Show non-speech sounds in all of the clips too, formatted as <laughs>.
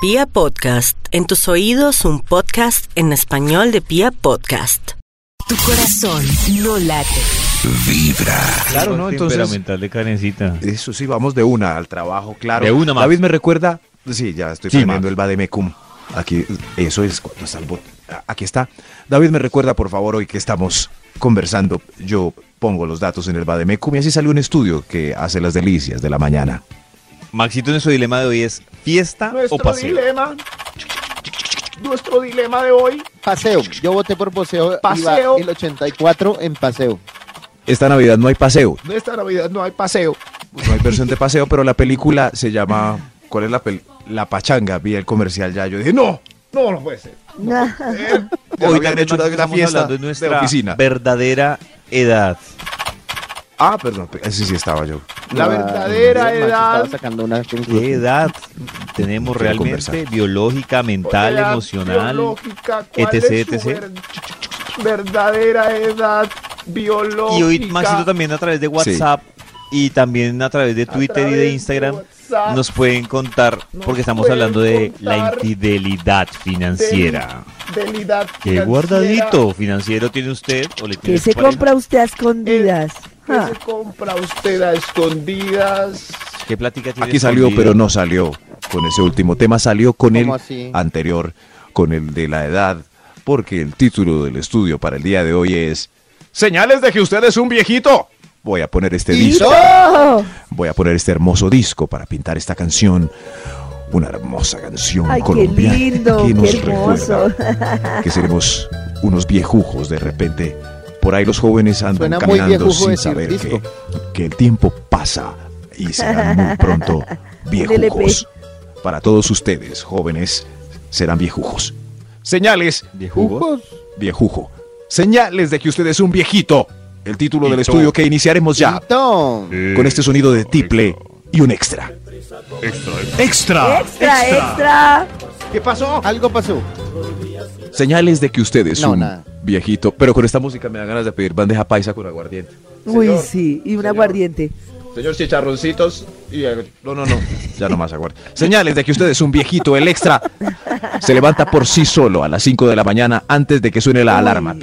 Pia Podcast, en tus oídos un podcast en español de Pia Podcast. Tu corazón no late. Claro, ¿no? Entonces, temperamental de Karencita. eso sí, vamos de una al trabajo, claro. De una más. David me recuerda, sí, ya estoy Sí, poniendo más. el Bademecum. Aquí, eso es cuando está el bot- a- Aquí está. David me recuerda, por favor, hoy que estamos conversando, yo pongo los datos en el Bademecum y así sale un estudio que hace las delicias de la mañana. Maxito, nuestro dilema de hoy es fiesta o Nuestro paseo. dilema. Nuestro dilema de hoy. Paseo. Yo voté por paseo. Paseo. Iba el 84 en paseo. Esta Navidad no hay paseo, En esta Navidad no hay paseo. no hay versión de paseo, pero la película se llama, ¿cuál es la peli? La Pachanga, vi el comercial ya, yo dije, no, No, no puede ser. hoy Obviamente, han hecho una, una Maxito, estamos fiesta hablando de de, nuestra oficina. verdadera edad. Ah, perdón, ese sí estaba yo. La Ah, verdadera Max edad. Estaba sacando una ¿Qué conclusión. edad tenemos Quiero realmente? conversar. Biológica, mental, Edad emocional. biológica, ¿cuál etc., es su etc.? ver- verdadera edad biológica. Y hoy Maxito también a través de WhatsApp y también a través de A Twitter y través de Instagram WhatsApp nos pueden contar, Nos porque estamos pueden hablando de la contar infidelidad financiera. de la edad ¿Qué financiera, guardadito financiero tiene usted? ¿O le tiene ¿Qué su se pareja? compra usted a escondidas? que Ah, Eh, se compra usted a escondidas? ¿Qué plática tiene Aquí salió, escondida? pero no salió con ese último tema, salió con el ¿Cómo así? anterior, con el de la edad, porque el título del estudio para el día de hoy es Señales de que usted es un viejito. Voy a poner este disco, ¡Oh! voy a poner este hermoso disco para pintar esta canción, una hermosa canción ¡Ay, qué colombiana lindo! que ¡Qué nos hermoso! recuerda que seremos unos viejujos de repente. Por ahí los jóvenes andan Suena muy caminando viejujo sin decir saber que, disco. que el tiempo pasa y serán <laughs> muy pronto E viejujos. Para todos ustedes, jóvenes, serán viejujos. Señales, ¿Viejugo? viejujo. Señales de que usted es un viejito. El título del estudio que iniciaremos ya Tom. con este sonido de tiple y un extra. Ah, Ah, ¡Extra, extra! ¿Qué pasó? Algo pasó. Señales de que usted es No, un nada. viejito. Pero con esta música me da ganas de pedir bandeja paisa con aguardiente. Uy, sí, y un aguardiente. Señor Chicharroncitos y el- No, no, no. Ya nomás aguarde. Señales de que usted es un viejito, el extra. Se levanta por sí solo a las 5 de la mañana antes de que suene la alarma.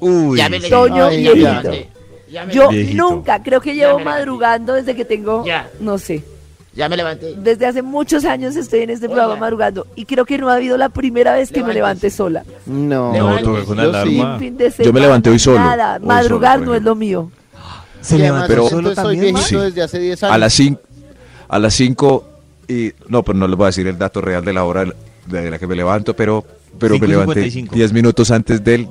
Uy, Toño, Ay, viejito. ya. Yo Viejito. nunca, creo que llevo madrugando desde que tengo, no sé, Ya me levanté. desde hace muchos años estoy en este programa madrugando y creo que no ha habido la primera vez que me levante sola. No. No, toca con Yo sí. alarma. Fin de Yo me levanté hoy semana, solo, Nada, hoy madrugar solo, por no es lo mío. Se Y además, pero- yo entonces soy viejito Sí. desde hace 10 años. A las 5. A las 5 y. No, pero no les voy a decir el dato real de la hora de la que me levanto, pero, pero me levanté 5:55. 10 minutos antes del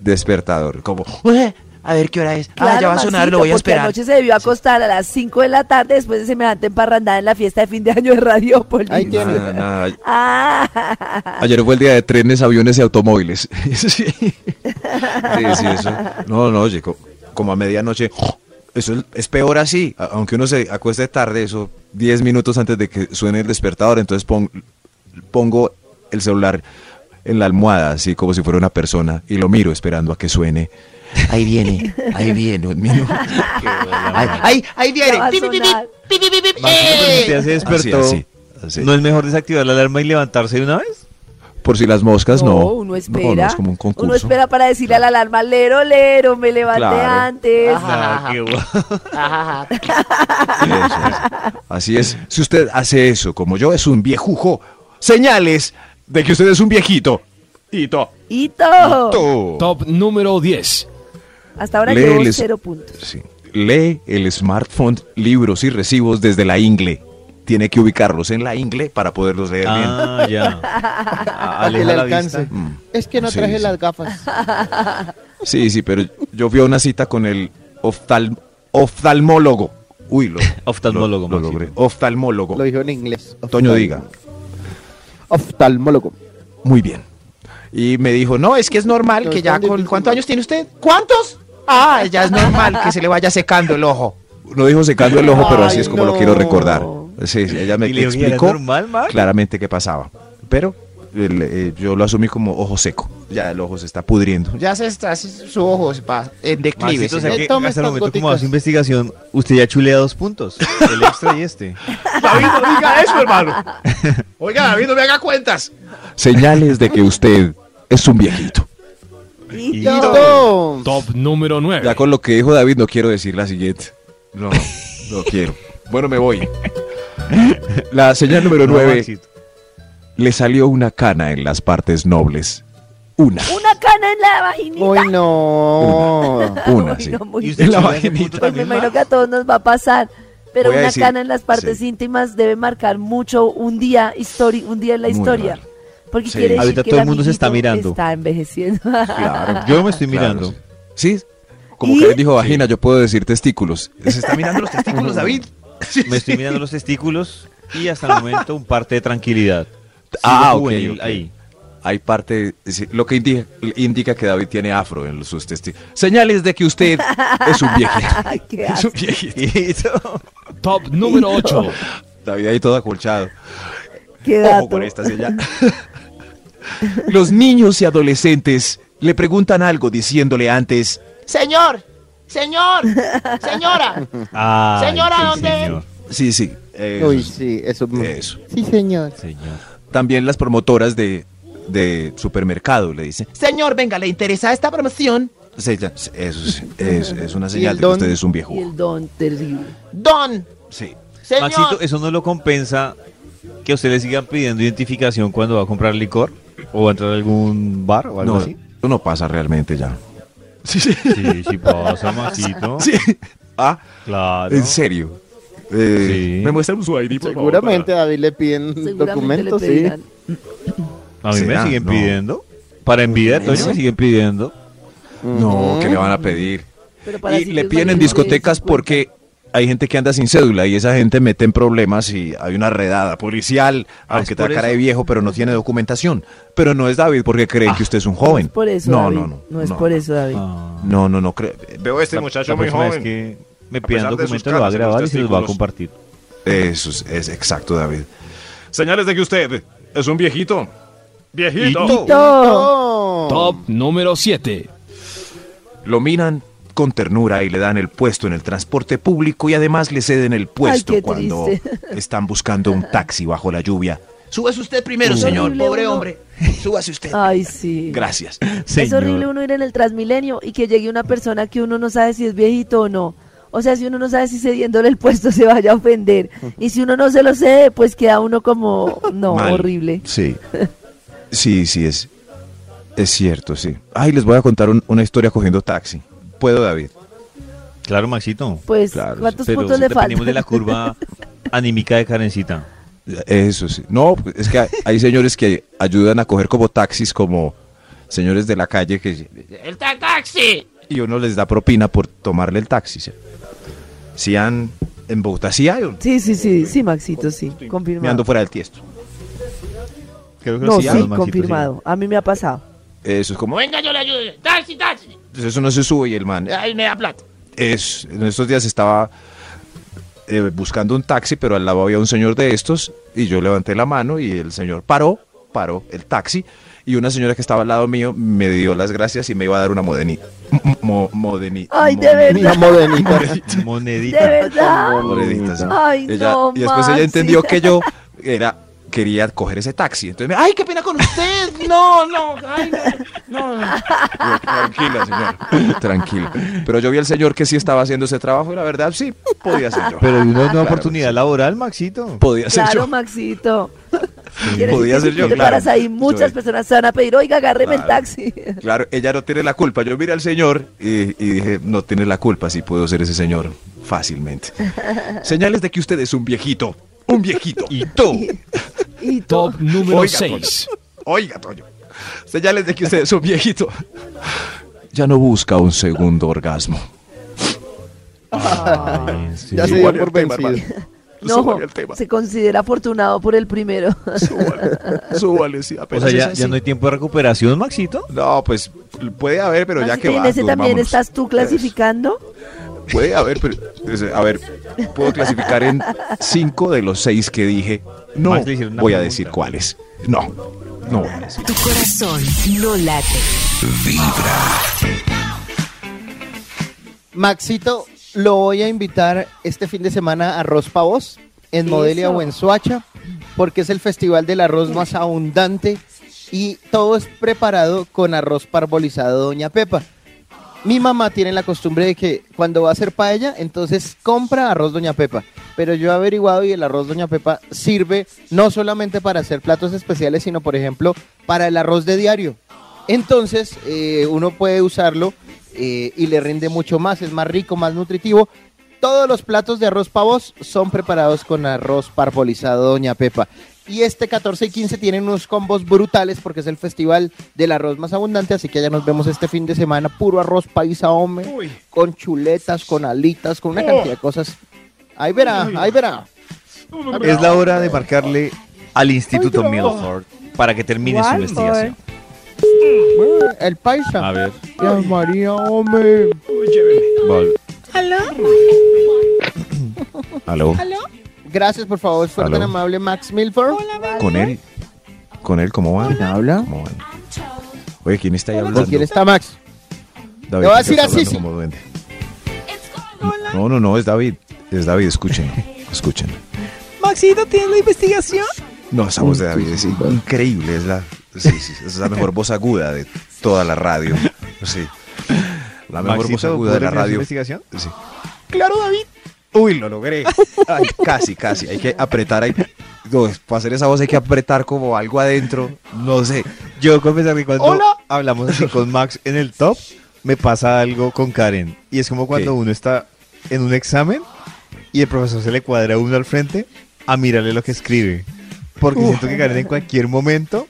despertador. Como. pues, A ver qué hora es. ah, Claro, ya va a sonar, Maxito, lo voy a porque esperar. anoche se debió acostar a las 5 de la tarde después de semejante emparrandada en la fiesta de fin de año de Radiopolis. Ahí tiene. Nada, <laughs> nada. Ah, <laughs> Ayer fue el día de trenes, aviones y automóviles. <laughs> sí. sí, sí, eso. No, no, oye, co- como a medianoche. Eso es, es peor así. A- Aunque uno se acueste tarde, eso 10 minutos antes de que suene el despertador, entonces pon- pongo el celular en la almohada, así como si fuera una persona, y lo miro esperando a que suene. Ahí viene, ahí viene, Dios mío. Ahí, ahí, ahí ya viene. va a Pi, pi, pi, pi, sonar. pi, pi, pi, pi, pi. ya se despertó. Así, así, así. ¿No es mejor desactivar la alarma y levantarse de una vez? Por si las moscas, no. uno espera. No, no, es como un concurso. Uno espera para decirle a la alarma, lero, lero, me levanté Claro. antes. Ah, qué guay. Ajá, ajá. Eso es. Así es. Si usted hace eso, como yo, es un viejujo. Señales de que usted es un viejito. Hito. ¡Hito! Top número 10. Hasta ahora Léeles. llevo cero puntos. Sí. Lee el smartphone, libros y recibos desde la ingle. Tiene que ubicarlos en la ingle para poderlos leer Ah, ya. A- Para que le Aleja la alcance. vista. Mm. Es que no Sí, traje sí. las gafas. bien. Sí, sí, pero yo fui a una cita con el oftal- oftalmólogo. Uy, lo, Oftalmólogo, lo- lo Maxito. logré. Oftalmólogo. Lo dijo en inglés. Oh. Toño, diga. Oftalmólogo. Muy bien. Y me dijo, no, es que es normal que ya con... ¿Cuántos años tiene usted? ¿Cuántos? Ah, ya es normal que se le vaya secando el ojo. No dijo secando el ojo, pero así es como lo no. quiero recordar. Sí, sí, ella me Y le dije, ¿era explicó normal, Max? claramente qué pasaba. Pero el, eh, yo lo asumí como ojo seco. Ya el ojo se está pudriendo. Ya se está, su ojo se va en declive. Maxito, o sea señor. que Toma hasta el Eh, estas momento como goticas. hace investigación, usted ya chulea dos puntos. El extra y este. David, no diga eso, hermano. Oiga, David, no me haga cuentas. Señales de que usted es un viejito. Y Quito. Quito. Top número 9. Ya con lo que dijo David no quiero decir la siguiente. No, no quiero. Bueno, me voy. La señal número No, 9. Maxito. Le salió una cana en las partes nobles. Una. Una cana en la vaginita. Uy, no. Una, <laughs> Uy, sí. no, muy ¿Y bien. usted La chulea vaginita. ese punto Pues me también, imagino Max? que a todos nos va a pasar. Pero Voy a una decir- cana en las partes sí. íntimas debe marcar mucho un día, histori un día en la Muy historia. raro. Porque Sí. quiere decir Ahorita que todo el mundo se está amiguito mirando. Está envejeciendo. <laughs> Claro. Yo me estoy Claro, mirando. Sí. Sí, Como ¿Y? que él dijo vagina, yo puedo decir testículos. Se está mirando <laughs> los testículos, David. Me estoy mirando los testículos y hasta el momento un parte de tranquilidad. Sigo Ah, ok, juvenil ok. Ahí. Hay parte, sí, lo que indica, indica que David tiene afro en sus testículos. Señales de que usted es un viejito. Qué Es asco. un viejito. Top número 8. David ahí todo acolchado. Qué Ojo dato. con esta señal. <laughs> Los niños y adolescentes le preguntan algo diciéndole antes, Señor, señor, señora. Ay, Señora, sí, ¿dónde? señor, sí, sí, eso, Uy, sí, eso. eso. Sí, señor. señor. También las promotoras de, de supermercado le dicen, Señor, venga, ¿le interesa esta promoción? "Sí, ya, sí, eso sí, es, es una el señal de que don? usted es un viejo. Y el don terrible. Don, Sí. señor. Maxito, eh. ¿eso no lo compensa que a usted le sigan pidiendo identificación cuando va a comprar licor? ¿O va a entrar a algún bar o algo No, así? eso no pasa realmente ya. Sí, sí. <laughs> Sí, sí pasa, <laughs> Maxito. Sí. <laughs> Ah, Claro. en serio. Eh, Sí. Me muestran su ID, por favor, Seguramente a David le piden Seguramente documentos, le sí. pedirán. A mí me ¿Será? siguen No. pidiendo. Para envidia, Toño, me siguen pidiendo. para- No, que le van a pedir. Pero para y sitios le piden en mayores de discotecas 50. porque hay gente que anda sin cédula y esa gente mete en problemas y hay una redada policial, Ah, aunque ¿es te da por cara eso? de viejo, pero no tiene documentación. Pero no es David porque creen que usted es un joven. No es por eso, no, David. no, no. Ah. No es por eso, David. No, no, no. creo- Veo a este La- muchacho la muy próxima vez joven. que me a pidan pesar de sus documento lo va a canas y los grabar y se los va a testículos. compartir. Eso es, es exacto, David. Señales de que usted es un viejito. Viejito. Todo. Top número 7. Lo miran con ternura y le dan el puesto en el transporte público y además le ceden el puesto qué cuando triste. están buscando un taxi bajo la lluvia. Súbase usted primero, Es señor, horrible pobre uno- Ah. hombre. Súbase usted. Ay, sí. Gracias. Es horrible uno ir en el Transmilenio y que llegue una persona que uno no sabe si es viejito o no. O sea, si uno no sabe si cediéndole el puesto <laughs> se vaya a ofender. Y si uno no se lo cede, pues queda uno como, no, Mal. horrible. Sí. Sí, sí, es, es cierto, sí. Ay, les voy a contar un- una historia cogiendo taxi. ¿Puedo, David? Claro, Maxito. Pues, Claro, ¿cuántos Pero puntos le dependemos faltan? de la curva anímica de Karencita. Eso sí. No, es que hay, hay señores que ayudan a coger como taxis, como señores de la calle que... ¡El ta- taxi! Y uno les da propina por tomarle el taxi. ¿sí? Si han... En Bogotá sí hay un... <laughs> Sí, sí, sí, sí, Maxito, sí. Me ando Confirmado. fuera del tiesto. Creo que No, los sí, cigarros, Maxito, confirmado. A mí me ha pasado. Eso es como... "Ven". Venga, yo le ayudo. ¡Taxi, taxi! Entonces eso no se sube y el man... Ay, me da plata. es, en estos días estaba eh, buscando un taxi, pero al lado había un señor de estos y yo levanté la mano y el señor paró, paró el taxi y una señora que estaba al lado mío me dio las gracias y me iba a dar una modeni, mo- modeni- Ay, de mo- verdad. Una modenita. <laughs> sí. De Monedita. verdad. morenita, sí. Ay, Ella- no, y después ella Maxi. entendió que <laughs> yo era quería coger ese taxi, entonces me ¡Ay, qué pena con usted! No, no, ay, no. no. Tranquila, señor. Tranquila. Pero yo vi al señor que sí estaba haciendo ese trabajo y la verdad sí podía ser yo. Pero hay una Claro, nueva oportunidad laboral, Maxito. Podía ser Claro, yo. Maxito. Quiere Podía decir ser que yo, si te claro. paras ahí, muchas Yo- personas se van a pedir, oiga, agárreme el Claro. taxi. <laughs> Claro, ella no tiene la culpa. Yo miré al señor y, y dije, no tiene la culpa, sí puedo ser ese señor <laughs> fácilmente. Señales de que usted es un viejito. Un viejito. Y tú. Y todo. Top número Oiga, 6. Oiga, Toño. Señales de que usted es un viejito. Ya no busca un segundo orgasmo. Ya se dio por vencido. No, se considera afortunado por el primero. Súbale, súbale, sí. O apenas sea, ya, es ya así. no hay tiempo de recuperación, Maxito. No, pues puede haber, pero ya Así que que va. Ah, en ese pues, también vámonos. estás tú clasificando. Puede haber, pero. es- A ver, puedo clasificar en cinco de los seis que dije. No Max, le hicieron una voy a pregunta. decir cuáles. No. No. Tu corazón no late. Maxito, lo voy a invitar este fin de semana a Arroz Pavos en Eso. Modelia o en Soacha, porque es el festival del arroz más abundante y todo es preparado con arroz parbolizado Doña Pepa. Mi mamá tiene la costumbre de que cuando va a hacer paella, entonces compra arroz Doña Pepa. Pero yo he averiguado y el arroz Doña Pepa sirve no solamente para hacer platos especiales, sino por ejemplo para el arroz de diario. Entonces eh, uno puede usarlo eh, y le rinde mucho más, es más rico, más nutritivo. Todos los platos de arroz pavos son preparados con arroz parbolizado Doña Pepa. Y este 14 y 15 tienen unos combos brutales porque es el festival del arroz más abundante, así que allá nos vemos este fin de semana, puro arroz paisa hombre, con chuletas, con alitas, con una cantidad de cosas. Ahí verá, ahí verá. Es la hora de marcarle al Instituto Milford para que termine su Walford. investigación. El A paisa. ver. Dios María, hombre. ¿Aló? Gracias, por favor, fue Aló. tan amable Max Milford. ¿Con él? ¿Con él cómo van? habla? ¿Cómo van? Oye, ¿quién está ahí hablando? ¿Con quién está Max? David, Le voy a ¿por qué decir está así, hablando sí. como duende? No, no, no, es David. Es David, escuchen. Escuchen. Maxito, ¿tienes la investigación? No, esa voz de David es increíble. Es la, sí, sí, es la <laughs> mejor voz aguda de toda la radio. Sí. La mejor voz Maxito, aguda de la ¿puedo terminar su radio. investigación? Sí. Claro, David. Uy, lo logré. Ay, casi, casi. Hay que apretar ahí. No, para hacer esa voz hay que apretar como algo adentro. No sé. Yo confesar que cuando Hola. hablamos así con Max en el top, me pasa algo con Karen. Y es como cuando ¿Qué? uno está en un examen y el profesor se le cuadra a uno al frente a mirarle lo que escribe. Porque siento que Karen en cualquier momento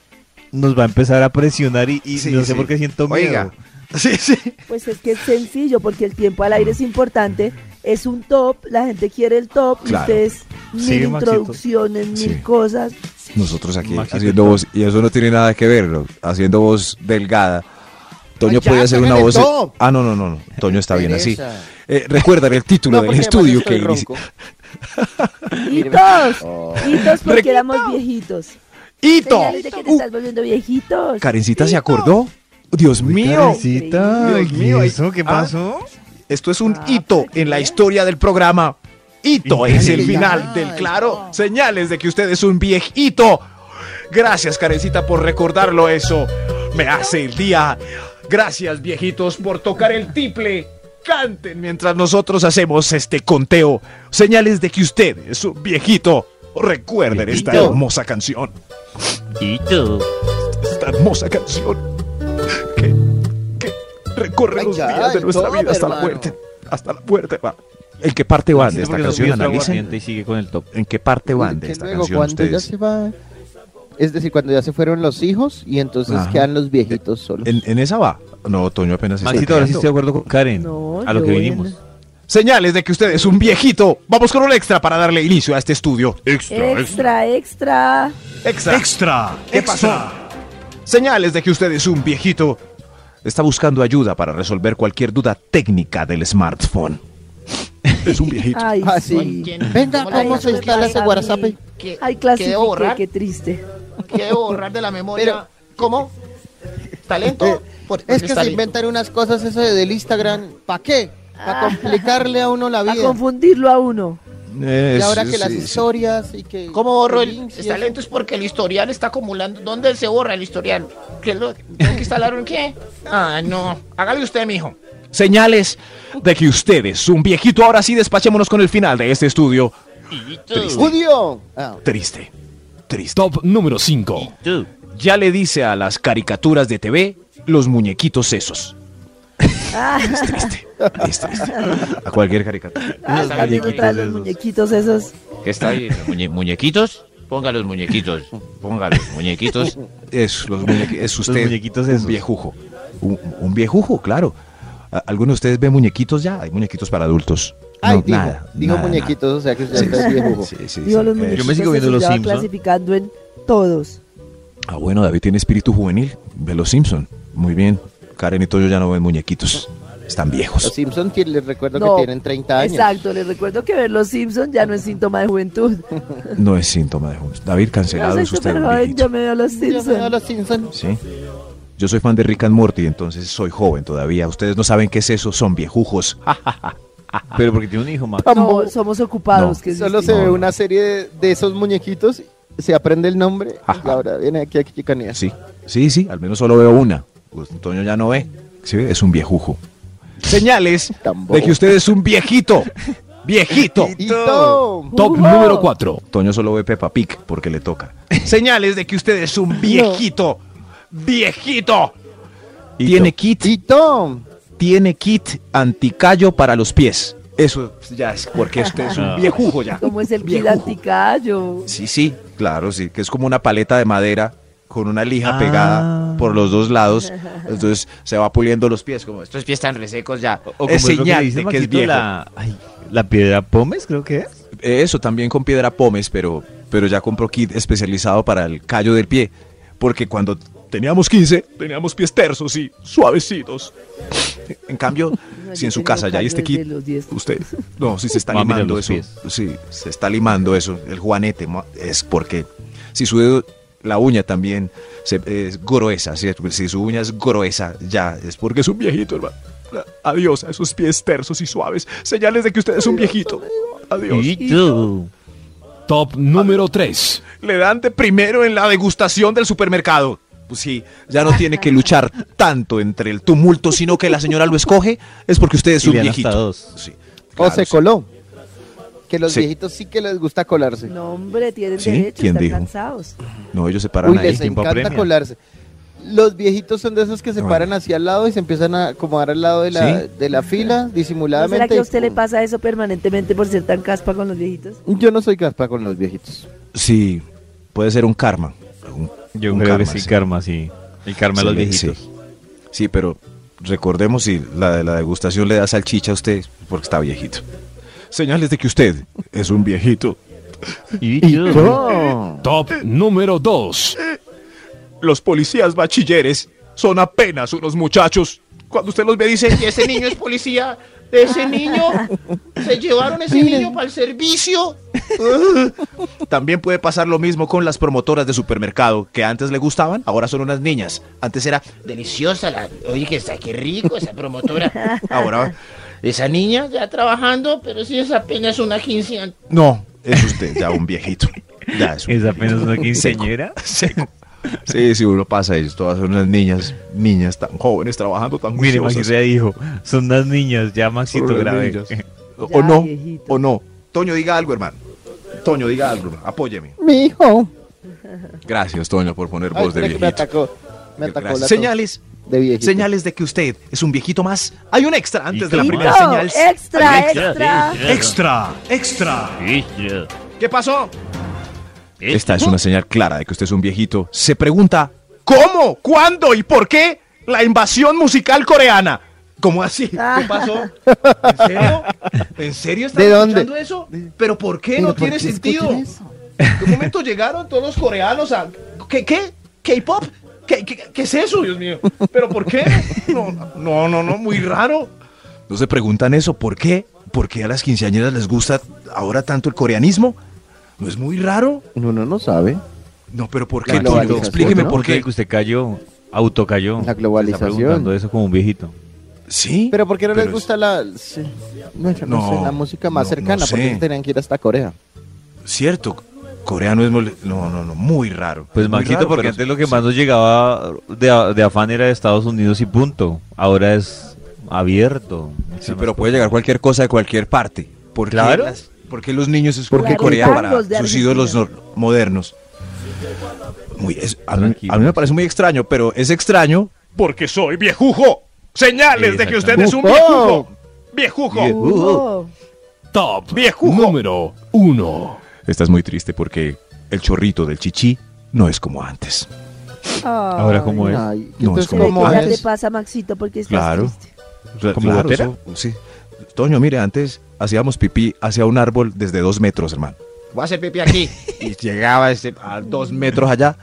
nos va a empezar a presionar y, y Sí, no sé sí. por qué siento miedo. Oiga. Sí, sí. Pues es que es sencillo, porque el tiempo al aire es importante. Es un top, la gente quiere el top, y Claro. ustedes mil Sí, Maxito. introducciones, mil Sí. cosas. Nosotros aquí Maxito haciendo Top. voz, y eso no tiene nada que ver, ¿no? haciendo voz delgada. Toño Ay, ya, puede hacer una hágale voz. top. Ah, no, no, no, no. Toño está bien así. Teresa. Eh, recuerdan el título No, del porque además estudio yo soy que inici- ronco. Hitos, Oh. hitos porque éramos viejitos. ¡Hito! Señales de que te Uh, estás volviendo viejitos. Karencita se acordó. Dios mío. Karencita, Dios ¿y mío, eso qué ah. pasó? Esto es un Ah, hito ¿para qué? en la historia del programa. Hito Increíble. es el final del claro. Señales de que usted es un viejito. Gracias, Karencita, por recordarlo eso. Me hace el día. Gracias, viejitos, por tocar el tiple. Canten mientras nosotros hacemos este conteo. Señales de que usted es un viejito. Recuerden esta Viejito. hermosa canción. Esta hermosa canción. Que, que recorre Ay, los ya, días de el nuestra top, vida hasta la hermano. muerte. Hasta la muerte va. ¿En qué parte van de Sí, esta porque nos canción? vio su Analicen. aguardiente y sigue con el top. ¿En qué parte van de Que esta luego, canción cuando ya ustedes? se va, es decir, cuando ya se fueron los hijos y entonces Ajá. quedan los viejitos solos. ¿En, en esa va? No, Toño apenas está Maxito, ahora sí creando. estoy de acuerdo con Karen. No, a lo que yo vinimos. en- Ah, Señales de que usted es un viejito. Vamos con un extra para darle inicio a este estudio. Extra, extra. Extra. Extra. ¿Qué pasa? Señales de que usted es un viejito. Está buscando ayuda para resolver cualquier duda técnica del smartphone. Es un viejito. Ay, Ah, sí. sí. Venga, ¿cómo Ay, se instala ese ay, WhatsApp? Ay, ¿Qué debo clasifique, borrar? qué triste. ¿Qué debo borrar de la memoria? ¿Cómo? ¿Talento? Por- Es que se talento. inventan unas cosas eso de- del Instagram. ¿Para qué? Para Ah. complicarle a uno la A vida. confundirlo a uno. Y ahora que las historias y que... ¿Cómo borro el, links y el eso. talento? Es porque el historial está acumulando. ¿Dónde se borra el historial? ¿Qué es lo tengo que instalaron qué? Ah, no. Hágale usted, mijo. Señales de que usted es un viejito. Ahora sí, despachémonos con el final de este estudio. Triste, ¡Judío! Ah, triste, triste. Top número 5. Ya le dice a las caricaturas de TV los muñequitos esos. Es triste, es triste. A cualquier caricatura. Ah, las muñequitas, los muñequitos esos. ¿Qué está ahí? Muñe- ¿Muñequitos? Ponga los muñequitos. Ponga los muñequitos. Es, los muñequi- es usted muñequitos un esos. viejujo. Un, un viejujo, claro. A- ¿Alguno de ustedes ve muñequitos ya? Hay muñequitos para adultos. Ay, No, dijo, nada, dijo nada, muñequitos, o sea que nada. ya está viejo. Sí, sí, sí, Digo, sí. los Eh, muñequitos me sigo viendo esos los ya va Simpson. clasificando en todos. Ah, bueno, David tiene espíritu juvenil. Ve los Simpson. Muy bien. Karen y Toyo ya no ven muñequitos. Están Los viejos. Simpsons tie- les recuerdo No, que tienen 30 años. Exacto, les recuerdo que ver Los Simpsons ya no es síntoma de juventud. No es síntoma de juntos. David, Yo cancelado soy es usted. súper un joven, viejito. yo me veo Los Yo me veo Simpsons. los Simpsons. Sí. Yo soy fan de Rick and Morty, entonces soy joven todavía. Ustedes no saben qué es eso, son viejujos. Ah, Pero porque tiene un hijo más. No, somos ocupados. No. que es Solo se distinto. ve una serie de, de esos muñequitos, se aprende el nombre y ahora viene aquí a chicanear. Sí, sí, sí, al menos solo veo una. Pues Antonio ya no ve. Sí, es un viejujo. Señales Tan bobo. de que usted es un viejito. Viejito. Y Tom. Top Ujú. número 4. Toño solo ve Peppa Pig porque le toca. Señales de que usted es un viejito. Viejito. Tiene kit, Y Tom. tiene kit anticallo para los pies. Eso ya es porque usted es un viejujo ya. ¿Cómo es el kit Viejujo. anticayo? Sí, sí, claro, sí, que es como una paleta de madera con una lija pegada por los dos <laughs> lados. Entonces se va puliendo los pies como esto. Estos pies están resecos ya. O Es lo señal dice de que es Maxito, viejo. La, ay, la piedra pómez, creo que es. Eso también con piedra pómez, pero, pero ya compró kit especializado para el callo del pie. Porque cuando teníamos 15, teníamos pies tersos y suavecitos. En cambio, No, si yo en su tenía casa ya este viste callo kit, desde los 10. usted, no, si se está Va a mirar limando los eso, pies. sí, se está limando eso, el juanete, ma- es porque si su dedo- la uña también se- es gruesa, ¿cierto? Pues si su uña es gruesa, ya, es porque es un viejito, hermano. Adiós a esos pies tersos y suaves, señales de que usted es un viejito. Adiós. Top número 3. Le dan de primero en la degustación del supermercado. Pues sí, ya no tiene que luchar tanto entre el tumulto, sino que la señora lo escoge, es porque usted es Y un le dan viejito. hasta dos. Sí, o claro, se sí. coló. Que los Sí. viejitos sí que les gusta colarse. No, hombre, tienen ¿Sí? derecho, ¿Quién están dijo? cansados. No, ellos se paran Uy, ahí. les tiempo encanta apremia. colarse. Los viejitos son de esos que se Bueno. paran hacia al lado y se empiezan a acomodar al lado de la, ¿Sí? de la fila, ¿No disimuladamente. será que a y usted le ¡pum! pasa eso permanentemente por ser tan caspa con los viejitos? Yo no soy caspa con los viejitos. Sí, puede ser un karma. un- Yo un creo karma, que sí, karma, sí. El karma de los Sí, viejitos. Sí. Sí, pero recordemos si la de la degustación le da salchicha a usted porque está viejito. Señales de que usted es un viejito. Top número 2. Los policías bachilleres son apenas unos muchachos. Cuando usted los ve dice, Y ese niño es policía. Ese niño. Se llevaron ese niño para el servicio. <laughs> También puede pasar lo mismo con las promotoras de supermercado que antes le gustaban, ahora son unas niñas. Antes era, Deliciosa la. Oye, que está qué rico esa <laughs> promotora. ahora Esa niña ya trabajando, pero sí es apenas una quinceañera. no, es usted ya un viejito. Ya es un Es apenas una viejito. <laughs> quinceañera. Seco. Sí, sí, uno pasa ellos, todas son unas niñas, niñas tan jóvenes, trabajando tan Mire, juiciosas. Maxito ya dijo, son unas niñas, ya Maxito Unas grave. niñas. Ya, O no, viejito. o no. Toño, diga algo, hermano. Toño, diga algo, hermano. apóyeme. Mi hijo. Gracias, Toño, por poner Ay, voz de espera que me viejito. atacó. Me atacó Gracias. la Señales, tos de viejito. señales de que usted es un viejito más. Hay un extra antes de la Viejito. primera No, señal. extra, Hay un extra. extra, extra. Extra. ¿Qué pasó? Esta es una señal clara de que usted es un viejito. Se pregunta, ¿Cómo? ¿Cuándo y por qué la invasión musical coreana? ¿cómo así? Ah. ¿Qué pasó? ¿En serio? ¿En serio están ¿De dónde? escuchando eso? ¿Pero por qué? Pero no ¿por tiene qué sentido. escuchan eso? ¿De un momento llegaron todos los coreanos a... ¿Qué? ¿Qué? ¿K-pop? ¿Qué, qué, qué es eso, Dios mío? ¿Pero por qué? No, no, no, no, muy raro. ¿No se preguntan eso? ¿Por qué? ¿Por qué a las quinceañeras les gusta ahora tanto el coreanismo? ¿No es muy raro? Uno no sabe. No, pero ¿por La qué, Toño? globalización, Explíqueme ¿no? por qué. Que usted cayó, auto cayó. La globalización. Está preguntando eso como un viejito. ¿Sí? Pero ¿por qué no les Pero es- gusta la, sí, no, yo no No, sé, la música más no, no cercana? sé. porque tenían que ir hasta Corea? Cierto, coreano es mole- No, no, no, muy raro. Pues Muy Maxito, raro, porque pero- antes lo que más nos llegaba de, a- de afán era de Estados Unidos y punto. Ahora es abierto. Sí, pero puede llegar cualquier cosa de cualquier parte. ¿Por qué Claro. las- por qué los niños Porque escogen Corea para tangos de sus ídolos no- modernos? Muy, es- a, mí, a mí me parece muy extraño, pero es extraño. Porque soy viejujo. Señales de que usted es un ¡Ujú! viejujo. Viejujo. Uh, Ujú. Top Viejujo. número 1. Esta es muy triste porque el chorrito del chichi no es como antes. Ahora como es. Ay, No, entonces, es como- ¿cómo ¿Cómo Ya te es? pasa, Maxito? Porque estás Claro. triste. ¿Como gotera? eso- sí. Toño, mire, antes hacíamos pipí hacia un árbol desde dos metros, hermano. Voy a hacer pipí aquí. <laughs> Y llegaba ese- a dos metros allá.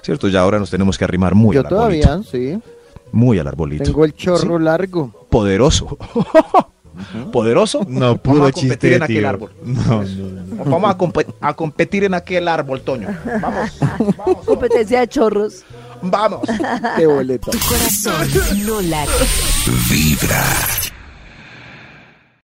Cierto, ya ahora nos tenemos que arrimar muy Yo al arbolito. todavía, sí. Muy al arbolito. Tengo el chorro largo. poderoso. ¿Poderoso? No, Vamos puro a competir chiste, en aquel tío. árbol. No, no, no. Vamos a, compe- a competir en aquel árbol, Toño. Vamos, Competencia de chorros. vamos. De boleta. Tu corazón no late. Vibra.